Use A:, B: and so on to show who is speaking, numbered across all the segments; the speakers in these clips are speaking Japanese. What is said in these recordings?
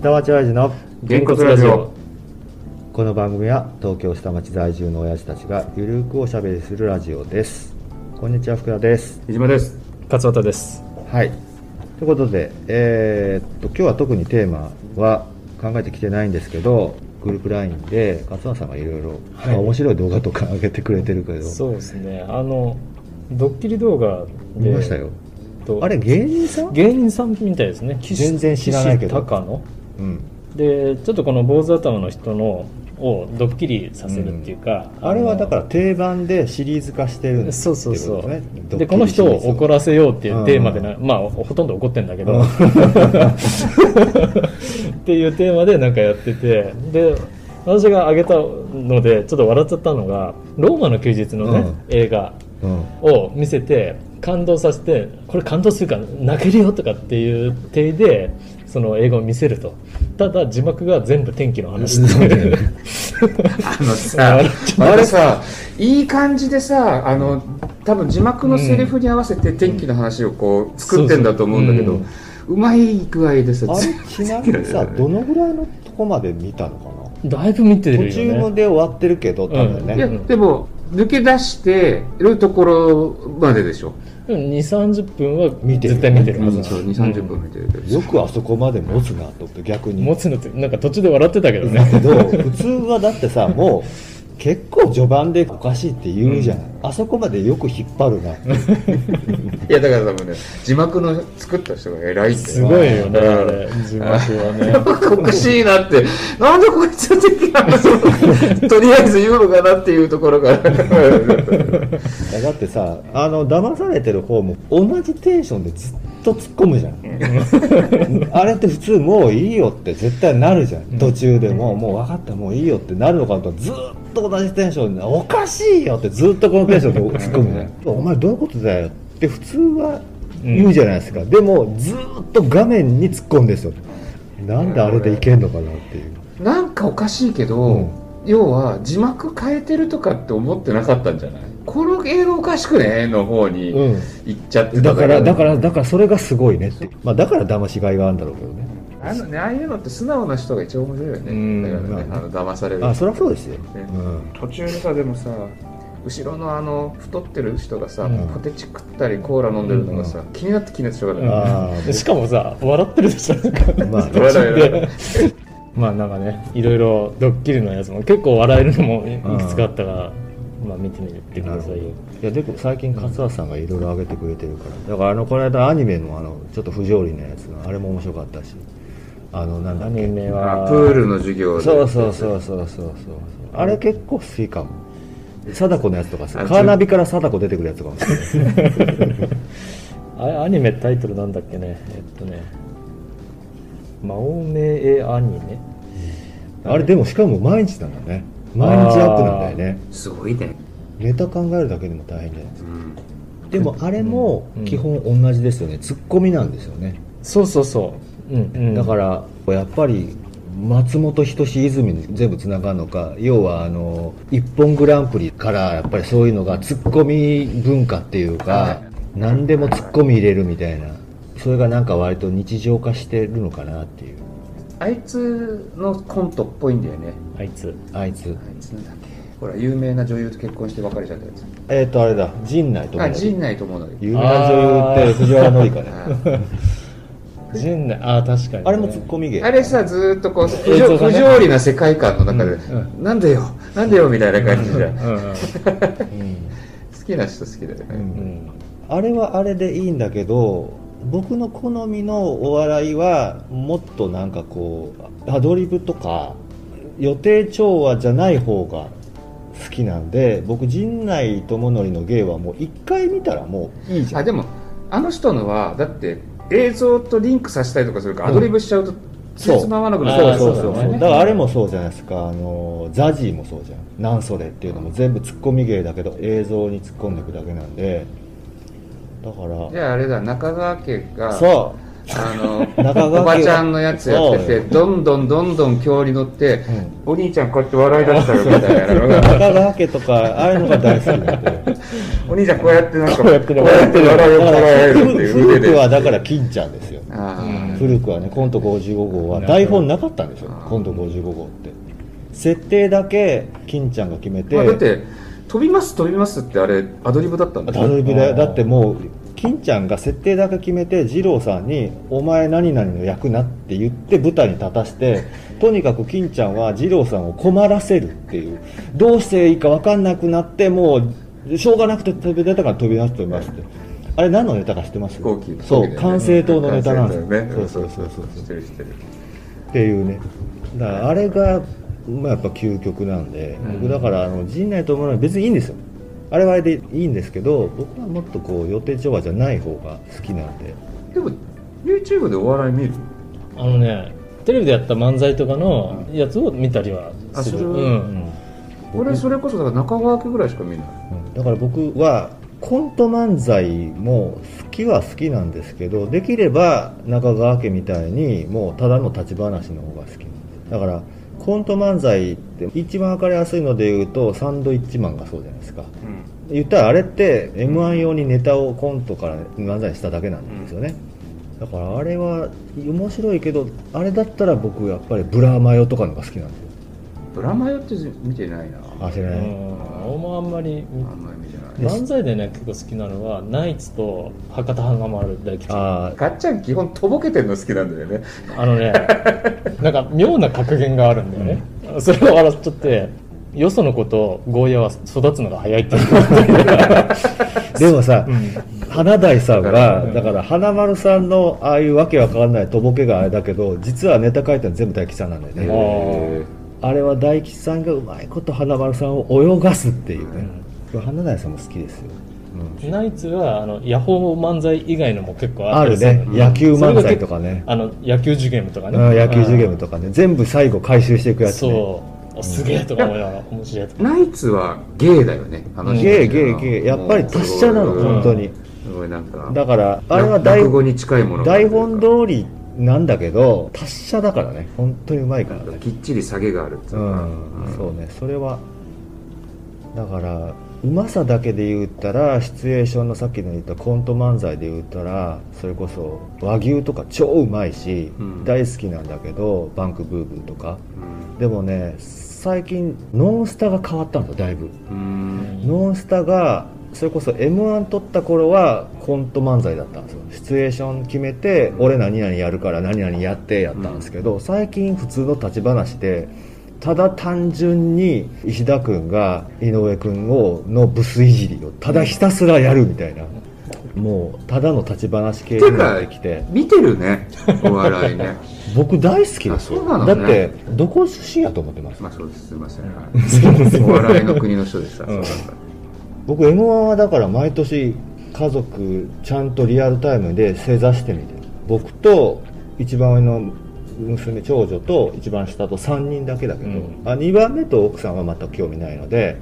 A: 下町ラジの
B: げんこつラジオ
A: この番組は東京下町在住の親父たちがゆるくおしゃべりするラジオですこんにちは福田です
B: 飯島です
C: 勝俣です。
A: はいということでえーっと今日は特にテーマは考えてきてないんですけどグループ LINE で勝間さんがいろいろ
C: はい
A: 面白い動画とか上げてくれてるけど
C: そうですね。あのドッキリ動画で
A: 見ましたよ、
C: と
A: あれ芸人さん
C: 芸人さんみたいですね。岸
A: 全然知らないけど
C: 岸高野
A: うん
C: でちょっとこの坊主頭の人のをドッキリさせるっていうか、
A: あれはだから
C: あ
A: 定番でシリーズ化してる
C: のそうそうそう。
A: っていことですね
C: でこの人を怒らせようっていうテーマでな、
A: う
C: まあほとんど怒 ってんだけ
A: う
C: ど、
A: ん
C: っていうテーマでなんかやっててで私が挙げたのでちょっと笑っちゃったのが「ローマの休日」のね、
A: うん
C: 映画
A: うん
C: を見せて感動させてこれ感動するから泣けるよとかっていう体でその映画を見せるとただ字幕が全部天気の話っていう
B: あのさ
C: 笑っ
B: あれさいい感じでさあの多分字幕のセリフに合わせて天気の話をこう作ってんだと思うんだけど、う
C: そう
B: まい具合でさ
A: あれちなみに さどのぐらいのとこまで見たのかな
C: だいぶ見てるよね
A: 途中ので終わってるけど多分
B: い
A: ね、
B: や
C: うん
B: でも抜け出してるところまででしょ
C: 2三3 0分は
A: 見てる
C: 絶対見てるはずなの
B: そう2 3 0分見てるけど、
A: よくあそこまで持つなと思って逆
C: うん
A: に
C: 持つのってなんか途中で笑ってたけど
A: だけ
C: ね
A: ど普通はだってさもう結構序盤でおかしいって言うじゃない、あそこまでよく引っ張るなって
B: いやだから多分ね字幕の作った人が偉いって
C: すごいよね
B: うん
C: あれ字幕はね
B: おかしいなって、なんでこいつ的なのとりあえず言うのかなっていうところから。
A: いやだってさあの騙されてる方も同じテンションでずっと突っ込むじゃんあれって普通もういいよって絶対なるじゃん途中でもうもう分かったもういいよってなるのかとずっと同じテンションでおかしいよってずっとこのテンションで突っ込むじゃんお前どういうことだよって普通は言うじゃないですか、でもずっと画面に突っ込んでるんですよなんであれでいけんのかなっていう
B: なんかおかしいけど、
A: うん
B: 要は字幕変えてるとかって思ってなかったんじゃないこの映画おかしくねの方に
A: うん
B: 行っちゃってた
A: だからだかららだからそれがすごいねって、まあ、だから騙しがいがあるんだろうけどね
B: あの、ね、ああいうのって素直な人が一番面白いよね
C: うん
B: だからね
A: ま
B: あの騙される
A: あそりゃそうですよ、
B: ね
A: うん
B: 途中でさでもさ後ろのあの太ってる人がさ、
C: うん
B: ポテチ食ったりコーラ飲んでるのがさ、気になって気になってしょうがない、
A: あ
C: でしかもさ笑ってるでしょなん
A: あ
C: か
A: まあね、
B: 笑えない
C: まあなんかねいろいろドッキリのやつも結構笑えるのもいくつかあったから、まあ見てみてく
A: な
C: だ
A: るほ
C: さ
A: ど
C: いよ
A: いやでも最近勝田さんがいろいろ上げてくれてるからだからあのこの間アニメのあのちょっと不条理なやつのあれも面白かったしあのなんだ
C: ア
A: っ
C: ニ
A: け
C: メ
B: あ
C: は
B: プールの授業で
A: そうそうそうそうそうそうあれ結構好きかも貞子のやつとかさ
B: あ
A: カーナビから貞子出てくるやつとかも好き
C: あアニメタイトルなんだっけねえっとね「魔王名絵アニメ
A: あれでもしかも毎日なんだね毎日アップなんだよね
B: すごいね、
A: ネタ考えるだけでも大変じゃないですか
B: うん、
A: でもあれも
C: うん
A: 基本同じですよねツッコミなんですよね、」
C: そうそうそう、うんうん、
A: だかららやっぱり松本人志泉に全部つながるのか要はあの「一本グランプリ」からやっぱりそういうのがツッコミ文化っていう
B: は
A: か
B: い
A: 何でもツッコミ入れるみたいなそれがなんか割と日常化してるのかなっていう
B: あいつのコントっぽいんだよね
C: あいつ
A: あいつ
B: あいつなんだっけほら有名な女優と結婚して別れちゃったやつ
A: えっ、とあれだ陣内と
B: あ陣内智則
A: 有名な女優って藤原紀香ね
C: 陣内ああ確かに、ね、
A: あれもツッコミ芸
B: あれさずーっとこう不
C: 映像
B: 条
C: が
B: 不
C: ね
B: 条理な世界観の中で、
C: うんう
B: なんでよなんでよみたいな感じじゃん、
C: うんうん
B: 好きな人好きだよね、
A: うん
C: うん
A: あれはあれでいいんだけど僕の好みのお笑いはもっとなんかこうアドリブとか予定調和じゃない方が好きなんで僕陣内智則の芸はもう一回見たらもういいじゃ
B: あ
A: ん
B: でもあの人のはだって映像とリンクさせたりとかするから、アドリブしちゃうとつ
A: そう
B: つままなくな
C: あ
A: そ
B: る
A: うそう
C: ーそ
A: そうう
C: だ
A: そ
C: ね
A: うだからあれもそうじゃないですかあのザジーもそうじゃん「なんそれ」っていうのも全部ツッコミ芸だけど映像に突っ込んでいくだけなんでだから
B: じゃああれだ中川家が
A: そう
B: あの
A: 中川家
B: おばちゃんのやつやっててどんどんどんどん強に乗って、お兄ちゃんこうやって笑い出したよみたいなの
A: 中
B: が
A: 川家とかああいうのが大好きなんだよ
B: お兄ちゃんこうやってなんか
C: こうやって
B: こうやって笑いをこらえるっていう腕
A: 古くは
B: で
A: だから金ちゃんですよ
B: あー
A: 古くはねコント55号は台本なかったんですよコント55号って設定だけ金ちゃんが決めて、
B: まあだって飛びます飛びますってあれアドリブだったんだ
A: アドリブ
C: あ
A: で
C: ー
A: だってもう金ちゃんが設定だけ決めて二郎さんに「お前何々の役な」って言って舞台に立たせ てとにかく金ちゃんは二郎さんを困らせるっていうどうしていいか分かんなくなってもうしょうがなくて飛び出たから飛び出してますってあれ何のネタか知ってます
B: 飛行機の
A: そ
B: 飛
A: う
B: 行機だよね
A: 管制塔のネタなんですよ、
B: 管制塔ね
A: そうそうそうそう
B: 知ってる知ってる
A: っていうねだからあれが、まあ、やっぱ究極なんで、
B: うん
A: 僕だからあの陣内智則は別にいいんですよあれはあれでいいんですけど僕はもっとこう予定調和じゃない方が好きなんで
B: でも YouTube でお笑い見る
C: あのねテレビでやった漫才とかのやつを見たりは
B: あ
C: す
B: そ
C: る
B: れは
C: うん
B: 俺それこそだから中川家ぐらいしか見ない
A: うんだから僕はコント漫才も好きは好きなんですけどできれば中川家みたいにもうただの立ち話の方が好きだからコント漫才って一番分かりやすいので言うとサンドイッチマンがそうじゃないですか言ったらあれって m 1用にネタをコントから漫才にしただけなんですよね、だからあれは面白いけどあれだったら僕やっぱりブラマヨとかのが好きなんですよ
B: ブラマヨって見てないな
A: あ知ら
C: う
A: ない、
C: ん俺もあんまり
B: あんまり見てない
C: 漫才でね結構好きなのはナイツと博多華丸大吉あ
A: ああ
B: ガッチャン基本とぼけてんの好きなんだよね
C: の ねなんか妙な格言があるんだよね、それを笑っちゃってよその子とゴーヤは育つのが早いっていう
A: でもさ、花大さんが
C: うん
A: だから花丸さんのああいうわけわかんないとぼけがあれだけど実はネタ書いたの全部大吉さんなんだよね、
C: へ
A: あれは大吉さんがうまいこと花丸さんを泳がすっていうね、花大さんも好きですよ、
C: ナイツはあのヤホー漫才以外のも結構
A: あ
C: ったり
A: る
C: する
A: ね
C: の
A: 野球漫才とかね
C: あの野球受験とかね
A: うん野球授業とかね全部最後回収していくやつ、ね、
C: そうあすげえとか思いながら面白いとか
B: ナイツはゲイだよねあの人
A: ゲイ
B: たち
A: ゲイ
B: は
A: ゲイやっぱり達者なの
B: うん
A: 本当に
B: すごいなんか
A: だからあれは台
B: 落語に近いものがある
A: 台
B: という
A: 本
B: か
A: 通りなんだけど達者だからね本当にうまいからね
B: きっちり下げがあるっていううか
A: ん、
B: うん
A: そうねそれはだからうまさだけで言ったらシチュエーションのさっきの言ったコント漫才で言ったらそれこそ和牛とか超うまいし、
B: うん
A: 大好きなんだけどバンクブーブーとか
B: うん
A: でもね最近ノンスタが変わったんだだいぶ
B: うん
A: ノンスタがそれこそ m 1取った頃はコント漫才だったんですよシチュエーション決めて俺何々やるから何々やってやったんですけど、最近普通の立ち話でただ単純に石田君が井上君をのブスいじりをただひたすらやるみたいなもうただの立ち話系になってきて
B: 見てるねお笑いね
A: 僕大好きで
B: あ
A: す
B: そ
A: よ、
B: うなの
A: だ
B: ね
A: ってどこ出身やと思ってます
B: まあそうですすいません はいお笑いの国の人でしたそうだった
A: 僕 m 1はだから毎年家族ちゃんとリアルタイムで正座してみて僕と一番上の娘長女と一番下と3人だけだけど、
C: うん
A: あ2番目と奥さんは全く興味ないので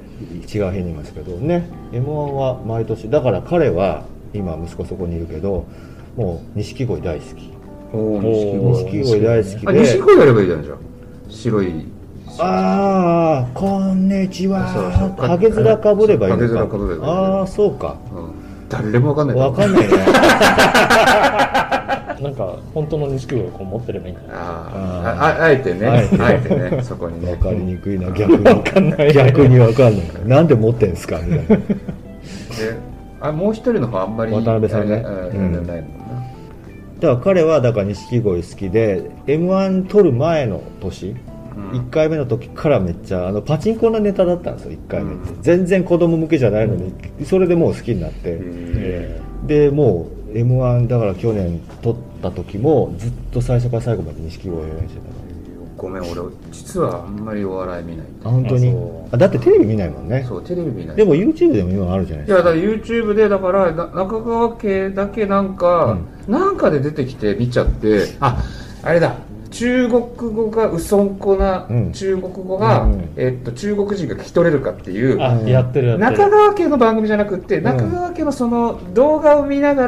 A: 違う部屋にいますけどね m 1は毎年だから彼は今息子そこにいるけどもう錦鯉大好き
B: おー錦
C: おー
B: 鯉
A: 錦鯉大好き
B: あ
A: で
B: 錦鯉やればいいじゃんじゃあ白い
A: ああこんにちは
B: そうそう
A: ハゲヅラかぶればいい
B: ハゲヅラ
A: の
B: 被ればいい
A: かああそうか
B: うん誰でもわかんないと
A: わ
B: 思う
A: かんないね
C: なんか本当の錦鯉をこう持ってればいいんじゃない
B: あーああえてね
A: あえて
B: あえてねそこにね
A: 分かりにくいな逆に 逆に分かんないなんで持ってんすかみたいな
B: であもう一人の方あんまり
A: 渡辺さんね
B: あれうん
A: うん
B: ないもんな
A: だから彼はだから錦鯉好きで m 1取る前の年
B: うん
A: 1回目の時からめっちゃあのパチンコのネタだったんですよ1回目って
B: うん
A: 全然子供向けじゃないのにそれでもう好きになって
B: え
A: でもう m 1だから去年取った時もずっと最初から最後まで錦鯉を応援してたから
B: ーごめん俺実はあんまりお笑い見ない
A: あ本当
C: あ
A: に
C: そう
A: あだってテレビ見ないもんね
B: そうテレビ見ない
A: でも YouTube でも今あるじゃない
B: いやだから YouTube でだからな中川家だけなんか、なんかで出てきて見ちゃってああれだ中国語がうそんこな
A: うん
B: 中国語が、
A: うん
B: えっと、中国人が聞き取れるかっていう
C: あ、
A: うん
C: やってるやってる
B: 中川家の番組じゃなくって
A: ん
B: 中川家のその動画を見なが
A: あ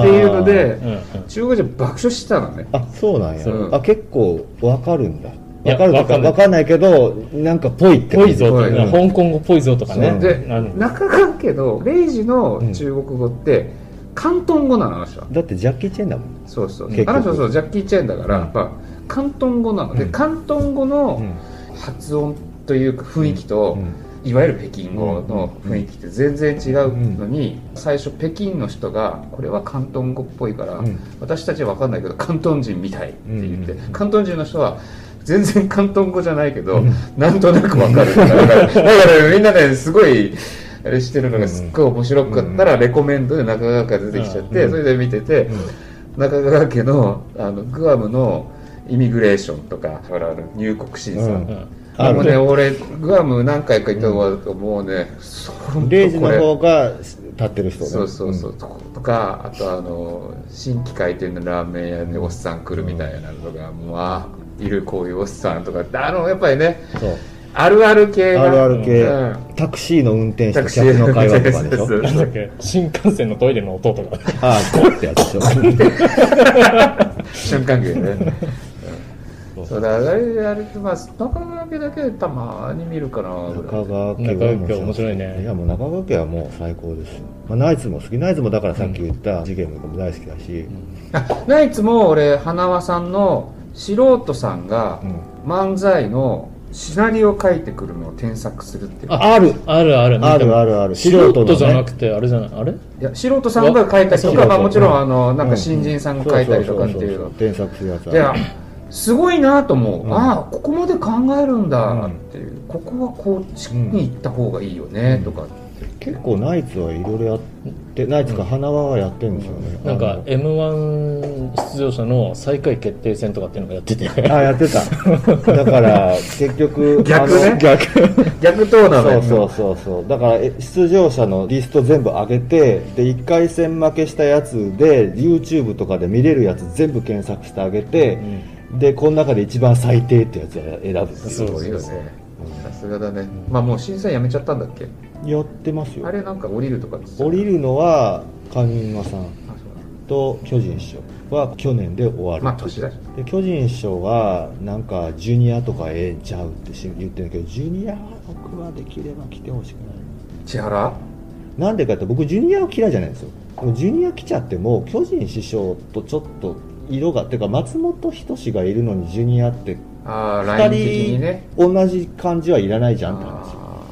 A: ー
B: っていうので
C: うんうん
B: 中国人爆笑してたのね
A: あそうなんや、
B: そう
A: あ結構わかるんだ
C: いや
A: わかるとか
C: わかんない
A: わかんないけどなんかぽいって
C: ぽいぞとか、
B: ぽい
A: うん
C: 香港語ぽいぞとかね
A: そう
B: で
C: あの
B: 中川家の明治の中国語って広東語なのあの人は
A: だってジャッキー・チェンだもん、
B: そうそう
A: 結局
B: あの人そうジャッキー・チェンだから、
A: うん
B: まあ、広東語なので
A: うん
B: 広東語の発音というか雰囲気と、いわゆる北京語の雰囲気って全然違うのに、最初北京の人がこれは広東語っぽいから、
A: うん
B: 私たちは分かんないけど広東人みたいって言って、
A: うん
B: 広東人の人は全然広東語じゃないけ
A: う
B: ど、
A: ん
B: なんとなく分 かるだからだからみんなねすごいあれしてるのがすっごい面白かったら、レコメンドで中川家出てきちゃって、
A: うん
B: それで見てて、中川家のあのグアムのイミグレーションとかほらあの入国審査、
A: うん
C: うん
A: あ
B: あ
A: る
B: の
A: ね
B: ね、俺、グアム何回か行ったこともうね、そう
A: レイジの方が立ってる人ね
B: そうそうそう、とか、あとあの、新規開店のラーメン屋でおっさん来るみたいなのが、もう、あいるこういうおっさんとかって、あの、やっぱりね、
A: うんそう
B: あるある系が。
A: あるある系、
B: うん
A: タクシーの運転手
B: タ
A: と
B: クシー
A: 客の会話とかでしょ
B: そう
C: なんだっけ新幹線のトイレの音とか
A: ああこうってやつでしょ
B: 瞬間芸ね。うんそうだ、あれ、あれ、まあ、中川家だけたまに見るかな、ぐら
A: 中
B: い。
A: 川家
C: 中川家
A: は
C: 面白いね
A: いやもう中川家はもう最高ですよ、まあ、ナイツも好きナイツもだからさっき言った事件も大好きだし、
B: あナイツも俺、花輪さんの素人さんが、
A: うん
B: 漫才のシナリオを書いてくるのを添削するっていう
A: ある
C: あるある
A: あるあるある
C: 素
A: 素
C: 人,、
A: 人のね
C: じゃなくてあれじゃないあれ
B: いや素人さんが書いたりと
C: わ
B: か、まあ、
C: そうそう
B: もちろ
A: うん
B: んあのなんか新人さんが書いたりとかっていう
A: そ
B: の
A: そそそ添削するやつ
B: いやすごいなと思う、
A: うん
B: ああここまで考えるんだっていう、ここはこっちに行った方がいいよねとか、
A: 結構ナイツはいろいろやってナイツか花輪はやってるんですよね、
C: なん
A: あ
C: か
A: の
C: m 1出場者の最下位決定戦とかっていうのがやってて
A: あやって ただから結局
B: 逆ね
A: あの逆
B: 逆トーナメ
A: そ
B: ン
A: うそ
B: ト
A: うそうそうだからえ出場者のリスト全部上げてで1回戦負けしたやつで YouTube とかで見れるやつ全部検索してあげて、でこの中で一番最低ってやつを選ぶっていう
B: すごいよ
A: うん
B: ねさすがだね、まあもう審査員やめちゃったんだっけ
A: やってますよ
B: あれなんか降りるとかって言ってた
A: 降りるのは上沼さん
B: あそう
A: と巨人師匠は去年で終わる、
B: まあ年だし
A: で巨人師匠はなんかジュニアとかええんちゃうってし言ってるけどジュニア僕はできれば来てほしくない
B: 千原
A: なんでかって僕ジュニアは嫌いじゃないんですよでもジュニア来ちゃっても巨人師匠とちょっと色がてか松本人志がいるのにジュニアって
B: ああライン的に
A: 2
B: ね
A: 人同じ感じはいらないじゃんって話
B: あ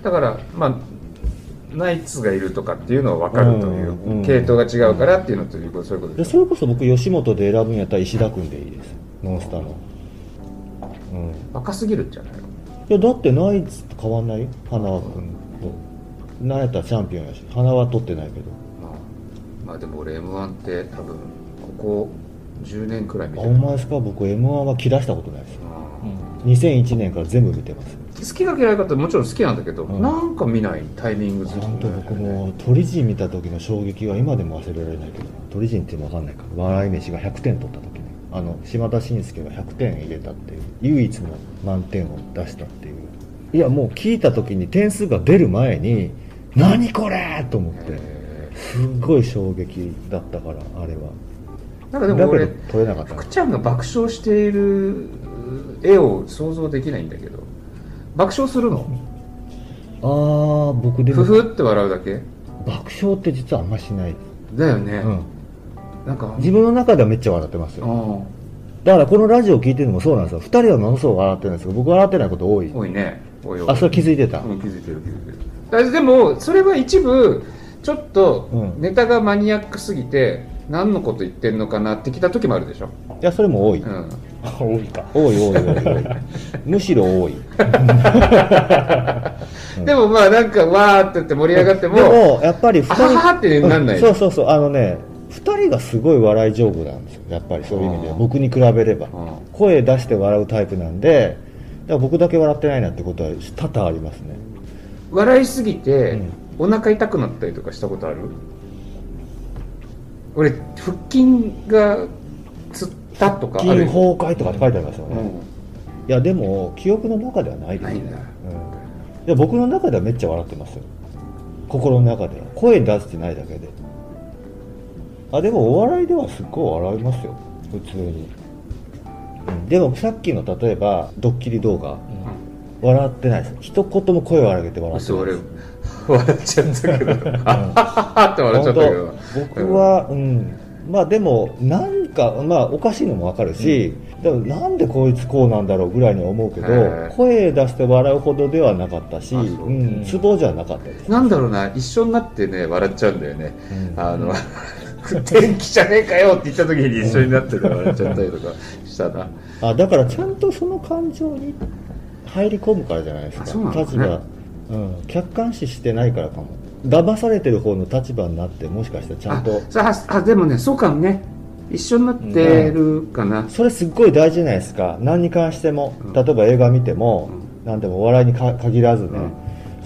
B: ーだからまあナイツがいるとかっていうのは分かるという、
A: うんうん
B: 系統が違うからっていうのということそういうこと
A: で
B: です
A: それこそ僕吉本で選ぶんやったら石田君でいいですノンスタのうん
B: 若すぎるんじゃないの
A: いやだってナイツと変わんないよ花輪君となんやったらチャンピオンやし花輪取ってないけど
B: まあ、まあでも俺 m 1って多分ここ10年くらい見
A: あ
B: て
A: お
B: る
A: 前ですか僕 m 1は切らしたことないです
B: うん
A: 2001年から全部見てます
B: 好きが嫌いかってもちろん好きなんだけど、
A: うん
B: なんか見ないタイミングずっと
A: 本
B: 見
A: 当
B: ないよね
A: 僕も鳥人見た時の衝撃は今でも忘れられないけど鳥人って分かんないから笑い飯が100点取った時ねあの島田紳介が100点入れたっていう唯一の満点を出したっていういやもう聞いた時に点数が出る前に「何これ!」と思って
B: え
A: すっごい衝撃だったからあれは
B: ーなんかでも俺
A: だけど取れなかった
B: 福ちゃんが爆笑している絵を想像できないんだけど爆笑するの
A: あー僕で
B: ふ
A: も
B: ふって笑うだけ
A: 爆笑って実はあんましない、
B: だよね、
A: うん、
B: なんか
A: 自分の中ではめっちゃ笑ってますよ
B: うん
A: だからこのラジオ聞いてるのもそうなんですよ2人はものすごく笑ってるんですけど僕笑ってないこと多い
B: 多いね多い多い
A: あそれ気づいてた、
B: うん気づいてる気づいてるだでもそれは一部ちょっと
A: うん
B: ネタがマニアックすぎて何のこと言ってんのかなってきた時もあるでしょ、
A: いやそれも多い、
B: うん、
C: 多いか
A: 多い多い多い多い むしろ多いうん
B: でもまあなんかわーってって盛り上がっても
A: でもやっぱり2人
B: あははってなんない
A: うんそうそうそうあのね2人がすごい笑い上手なんですよやっぱりそういう意味では
B: うん
A: 僕に比べれば
B: うん
A: 声出して笑うタイプなんでだから僕だけ笑ってないなってことは多々ありますね
B: 笑いすぎて、お腹痛くなったりとかしたことある俺腹筋がつったとかあ
A: 金
B: る
A: 崩壊とかって書いてありますよ
B: う
A: ね、い
B: ん
A: やでも記憶の中ではないです
B: ない
A: ね、
B: んだ
A: うん、いや僕の中ではめっちゃ笑ってますよ心の中で声に出してないだけであでもお笑いではすっごい笑いますよ普通に、うん、でもさっきの例えばドッキリ動画笑ってないです一言も声を荒げて笑って
B: そう
A: ない
B: 俺
A: です
B: 笑っちゃったけどあはははって笑っちゃったけど
A: 本当僕は、うん、まあでもなんかまあおかしいのもわかるし、でもなんでこいつこうなんだろうぐらいに思うけど
B: へー
A: 声出して笑うほどではなかったし
B: あ
A: う
B: そうん
A: ツボ、じゃなかったです、
B: なんだろうな一緒になってね笑っちゃうんだよね
A: うん
B: あの天気じゃねえかよって言った時に一緒になってるから笑っちゃったりとかしたな
A: あだからちゃんとその感情に入り込むからじゃないですか
B: あそうなんです
A: 立
B: ね
A: 場、うん、客観視してないからかも騙されてる方の立場になってもしかしたらちゃんと
B: あさああでもねそうかもね一緒になってるかな、
A: それすっごい大事じゃないですか何に関しても
B: うん
A: 例えば映画見ても、
B: うん
A: 何でもお笑いにか限らずね、
B: うん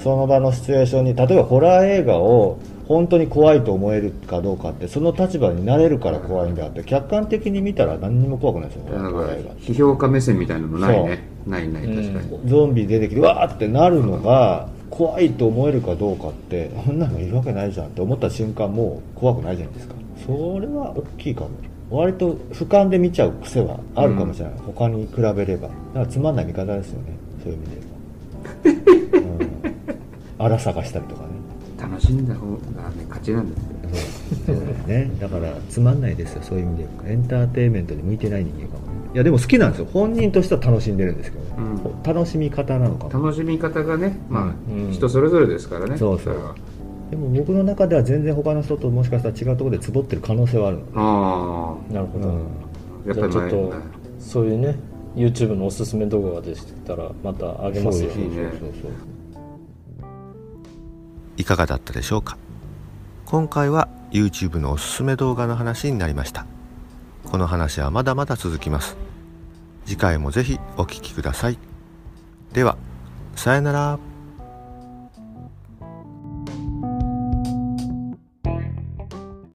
A: その場のシチュエーションに例えばホラー映画を本当に怖いと思えるかどうかってその立場になれるから怖いんだって客観的に見たら何にも怖くないですよホラ
B: な
A: ー
B: んか
A: 映画
B: 批評家目線みたいなのないねないない確かに、
C: う
A: ゾンビ出てきてわーってなるのが怖いと思えるかどうかってそんなのいるわけないじゃんって思った瞬間もう怖くないじゃないですかそれは大きいかも割と俯瞰で見ちゃう癖はあるかもしれない、他に比べればだからつまんない見方ですよねそういう意味で言えばうん荒探したりとかね
B: 楽しんだ方がね勝ちなんだって
A: そうだよねだからつまんないですよそういう意味で言えばエンターテインメントに向いてない人間かもねいやでも好きなんですよ本人としては楽しんでるんですけどね、
B: うん
A: 楽しみ方なのかも
B: 楽しみ方がねまあ、
C: うん
B: 人それぞれですからね
A: そうそう
B: れは
A: でも僕の中では全然他の人ともしかしたら違うところでつぼってる可能性はあるの、
B: あ
C: なるほ
A: う
C: ど、
A: ん、
B: あやっ
C: じゃ
B: ぱ
C: あ
B: り
C: ちょっ
B: 前
C: とそういうね YouTube のおすすめ動画が出てきたらまたあげますよ
A: そうそうそうそう
D: いかがだったでしょうか今回は YouTube のおすすめ動画の話になりましたこの話はまだまだ続きます次回もぜひお聴きくださいではさよなら